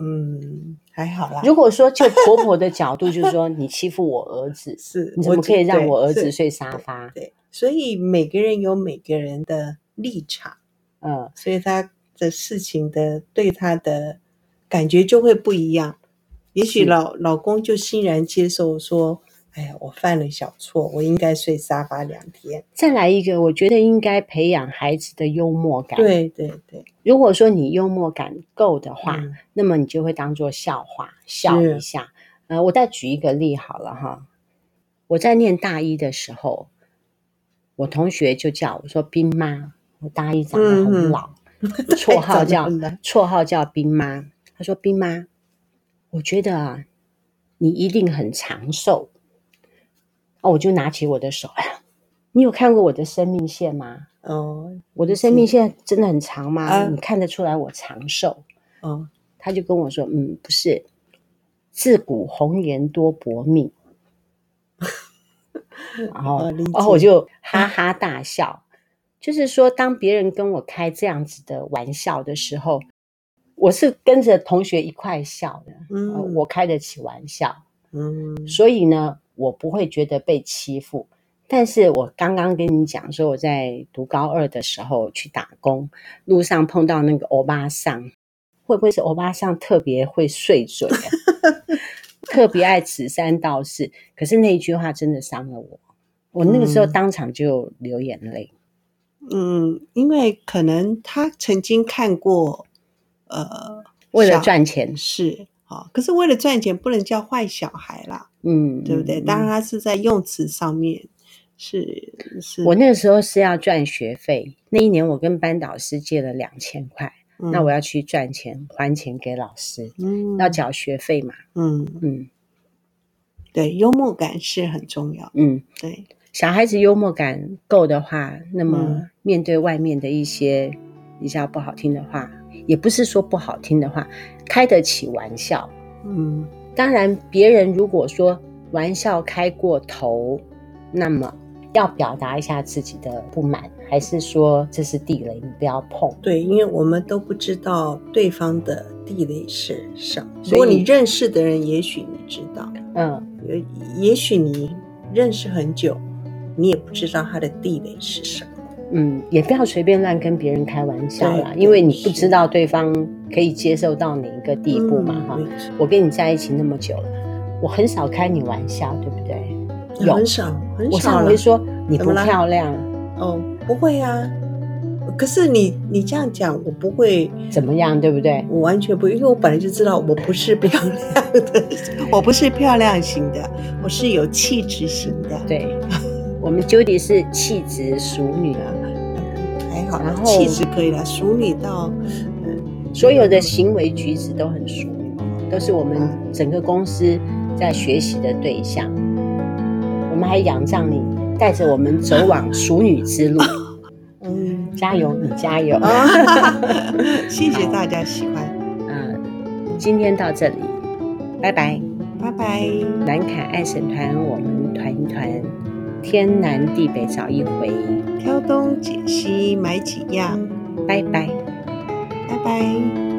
Speaker 2: 嗯，还好啦。
Speaker 1: 如果说就婆婆的角度，就是说你欺负我儿 子，
Speaker 2: 是，
Speaker 1: 你怎么可以
Speaker 2: 记
Speaker 1: 让
Speaker 2: 对
Speaker 1: 我儿子
Speaker 2: 是
Speaker 1: 睡沙发？
Speaker 2: 对，所以每个人有每个人的立场，
Speaker 1: 嗯，
Speaker 2: 所以他的事情的对他的感觉就会不一样。也
Speaker 1: 是
Speaker 2: 许老老公就欣然接受说，哎呀，我犯了小错，我应该睡沙发两天。
Speaker 1: 再来一个，我觉得应该培养孩子的幽默感。，
Speaker 2: 对对对，
Speaker 1: 如果说你幽默感够的话，
Speaker 2: 嗯
Speaker 1: 那么你就会当做笑话笑一
Speaker 2: 是
Speaker 1: 下。呃，我再举一个例好了哈，我在念大一的时候，我同学就叫我说“冰妈”，我大一长得很老，
Speaker 2: 嗯
Speaker 1: 绰号叫
Speaker 2: 太早哎了
Speaker 1: 绰号叫冰妈。她说：“冰妈，我觉得啊，你一定很长寿。”哦，我就拿起我的手，哎呀，你有看过我的生命线吗？
Speaker 2: 哦
Speaker 1: 我的生命线真的很长吗？
Speaker 2: 啊
Speaker 1: 你看得出来我长寿？
Speaker 2: 哦，
Speaker 1: 他就跟我说：“嗯，不是，自古红颜多薄命。”然后
Speaker 2: 哦理，
Speaker 1: 然后我
Speaker 2: 解
Speaker 1: 就哈哈大笑。就是说，当别人跟我开这样子的玩笑的时候，我是跟着同学一块笑的，呃
Speaker 2: 嗯，
Speaker 1: 我开得起玩笑，
Speaker 2: 嗯
Speaker 1: 所以呢，我不会觉得被欺负。但是我刚刚跟你讲说，我在读高二的时候去打工，路上碰到那个欧巴桑，会不会是欧巴桑特别会碎嘴、 啊，特别爱指三道四？可是那一句话真的伤了我，我那个时候
Speaker 2: 嗯
Speaker 1: 当场就流眼泪。
Speaker 2: 嗯，因为可能他曾经看过，呃，
Speaker 1: 为了
Speaker 2: 小
Speaker 1: 赚钱，
Speaker 2: 是啊、哦，可是为了赚钱不能叫坏小孩啦，
Speaker 1: 嗯，
Speaker 2: 对不对？
Speaker 1: 嗯
Speaker 2: 当然，他是在用词上面是是，
Speaker 1: 我那个时候是要赚学费，那一年我跟班导师借了两千块，那我
Speaker 2: 要
Speaker 1: 要去赚钱还钱给老师，
Speaker 2: 嗯
Speaker 1: 要缴学费嘛，
Speaker 2: 嗯，
Speaker 1: 嗯
Speaker 2: 对，幽默感是很重要，
Speaker 1: 嗯。
Speaker 2: 对，
Speaker 1: 小孩子幽默感够的话，那么
Speaker 2: 嗯
Speaker 1: 面对外面的一些比较不好听的话，也不是说不好听的话，开得起玩笑。
Speaker 2: 嗯
Speaker 1: 当然，别人如果说玩笑开过头，那么要表达一下自己的不满，还是说这是地雷，你不要碰。
Speaker 2: 对，因为我们都不知道对方的地雷是什么，
Speaker 1: 所
Speaker 2: 如果
Speaker 1: 以
Speaker 2: 你认识的人，也许你知道，
Speaker 1: 嗯，
Speaker 2: 也也许你认识很久，你也不知道他的地雷是什么。
Speaker 1: 嗯，也不要随便乱跟别人开玩笑啦，
Speaker 2: 对
Speaker 1: 因为你不
Speaker 2: 是
Speaker 1: 知道对方可以接受到哪一个地步嘛，哈、
Speaker 2: 嗯没错
Speaker 1: 我跟你在一起那么久了，我很少开你玩笑，对不对？有
Speaker 2: 很少很
Speaker 1: 我
Speaker 2: 少
Speaker 1: 上
Speaker 2: 了
Speaker 1: 回说你
Speaker 2: 怎
Speaker 1: 不
Speaker 2: 么啦
Speaker 1: 漂亮，
Speaker 2: 哦，不会啊。可是你你这样讲，我不会，
Speaker 1: 怎么样，对不对？
Speaker 2: 我完全不会，因为我本来就知道我不是漂亮的，我不是漂亮型的，我是有气质型的。
Speaker 1: 对，我们 Judy 是气质淑女，啊
Speaker 2: 还好啦，
Speaker 1: 然后
Speaker 2: 气质可以了，淑女到，
Speaker 1: 所有的行为举止都很淑女，都是我们
Speaker 2: 嗯
Speaker 1: 整个公司在学习的对象。我们还仰仗你，带着我们走往淑女之 路，
Speaker 2: 嗯，
Speaker 1: 加油，你加 油！
Speaker 2: 啊，哦 谢谢大家喜欢，
Speaker 1: 嗯，今天到这里，拜拜。
Speaker 2: 拜拜。
Speaker 1: 南凯爱神团，我们团一团，天南地北找一回，
Speaker 2: 挑东拣西买几样，
Speaker 1: 拜拜。
Speaker 2: 拜拜。